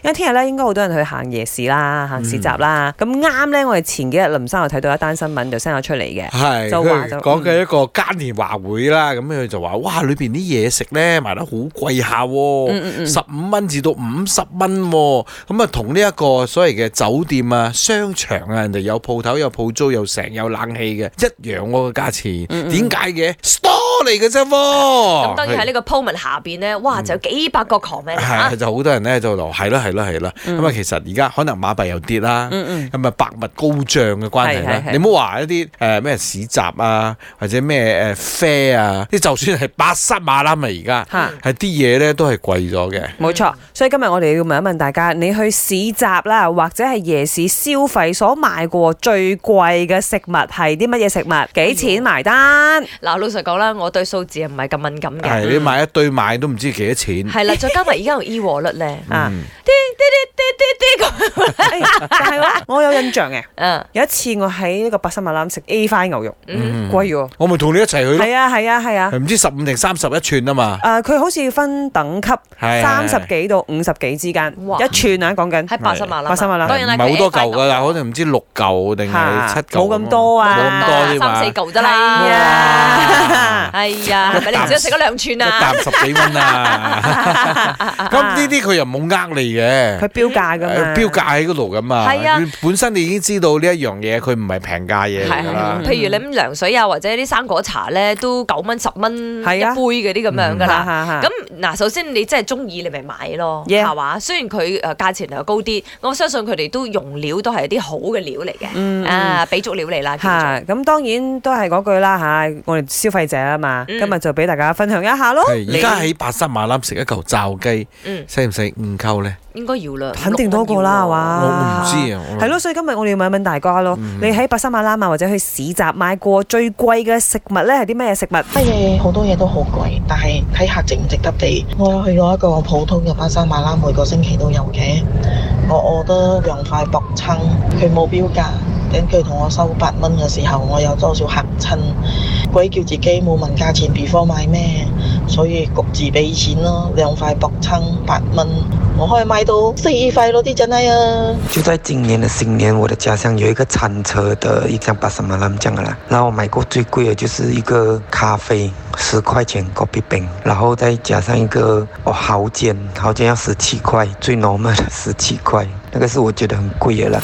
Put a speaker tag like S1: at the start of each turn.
S1: 因為聽日咧應該好多人去行夜市啦、行市集
S2: 嗯
S1: 啦。咁啱咧，我哋前幾日林生又睇到一單新聞就 send 咗出嚟嘅。
S2: 係
S1: 就話
S2: 佢
S1: 就嗯
S2: 講嘅一個嘉年華會啦，咁佢就話：哇，裏邊啲嘢食咧賣得好貴下喎，十五蚊至到五十蚊喎。咁啊，同呢一個所謂嘅酒店啊、商場啊，人哋有鋪頭、有鋪租、有成、有冷氣嘅，一樣嗰個價錢。點解嘅？store 嚟嘅啫
S3: 咁
S2: 喎。
S3: 當然喺呢個 po 下邊咧，哇就有幾百個 comment 啊
S2: 係，就好多人咧就留係啦係啦係啦，
S1: 嗯
S2: 咁啊其實而家可能馬幣又跌啦，咁啊百物高漲嘅關係
S1: 係
S2: 啦
S1: 係，係
S2: 你唔好話一啲誒咩市集啊，或者咩誒啡啊，啲就算係白塞馬啦嘛而家，
S1: 嗯嚇
S2: 係啲嘢咧都係貴咗嘅。
S1: 冇錯，所以今日我哋要問一問大家，你去市集啦，或者係夜市消費所買過最貴嘅食物係啲乜嘢食物？幾錢埋單？
S3: 嗱，老實講啦，我對數字係唔係咁敏感
S1: 嗯
S2: 係
S3: 嘅，
S2: 你買一堆買都唔知幾多錢，嗯
S3: 係啦，再加埋而家用 e 和率咧，
S1: 啊，
S3: 啲啲啲啲啲咁，
S1: 哎但係咧，我有印象嘅，
S3: 嗯，
S1: 有一次我喺呢個百心馬欄食 A 塊牛肉，
S2: 嗯
S1: 貴喎，
S2: 我咪同你一齊去咯，
S1: 係啊係啊係啊。
S2: 唔知十五定三十一寸啊嘛，
S1: 誒，呃佢好似分等級，
S2: 係
S1: 三十
S2: 係
S1: 幾到五十幾之間，
S3: 哇
S1: 一寸啊，講緊
S3: 喺八十萬啦，
S1: 八十萬啦
S3: 當然啦，
S2: 唔係好多
S3: 佢
S2: 嚿
S3: A5
S2: 㗎啦，可能唔知六嚿定係
S1: 啊嚇
S2: 七嚿咁
S1: 冇咁多啊
S2: 冇咁多添嘛
S3: 三四嚿啫啦，
S1: 係啊
S3: 哎呀，係咪你唔小食咗兩串
S2: 一
S3: 啊？
S2: 啖十幾蚊啊！咁呢啲佢又冇呃你
S1: 佢啊
S2: 嘅，
S1: 標價㗎嘛，
S2: 誒標價喺嗰度咁嘛。
S3: 係啊
S2: 本身你已經知道呢一樣嘢，佢唔係平價嘢
S3: 係
S2: 嚟㗎啦
S3: 係，。譬如你咁涼水啊，或者啲生果茶咧，都九蚊十蚊一杯
S1: 係啊
S3: 嗰啲咁樣㗎啦。
S1: 啦
S3: 咁嗱，首先你真係中意，你咪買咯，
S1: 啊 Yeah
S3: 係嘛？雖然佢誒價錢又高啲，我相信佢哋都用料都係一啲好嘅料嚟嘅，啊，俾足料你啦，叫做
S1: 嗯嚇，咁當然都係嗰句啦嚇，我哋消費者啊嘛，
S3: 嗯
S1: 今日就俾大家分享一下咯。
S2: 係而家
S1: 你
S2: 喺白沙馬欄食一嚿罩雞，
S3: 嗯，
S2: 使唔使五溝咧？
S3: 應該要啦，
S1: 肯定多過
S3: 啊
S1: 啦，係
S2: 我
S1: 嘛？
S2: 我唔知啊。我
S1: 係咯，，所以今日我哋要問一問大家咯，你喺百沙馬拉嘛或者去市集買過最貴嘅食物咧係啲咩嘢食物？
S4: 乜嘢好多嘢都好貴，但係睇下值唔值得地。我去過一個普通嘅巴沙馬拉，每個星期都有嘅。我餓得用塊薄撐，佢冇標價，等佢同我收八蚊嘅時候，我有多少嚇親。鬼叫自己冇問價錢 before 買咩，所以焗住俾錢咯。兩塊薄撐八蚊，我可以買到四塊咯啲真係啊！
S5: 就在今年的新年，我的家乡有一个餐车的一张巴什马兰酱啊啦，然后我买过最贵的就是一个咖啡，十块钱 c o p 饼，然后再加上一个哦蚝煎，蚝煎要十七块，最 normal 的十七块，那个是我觉得很贵的啦。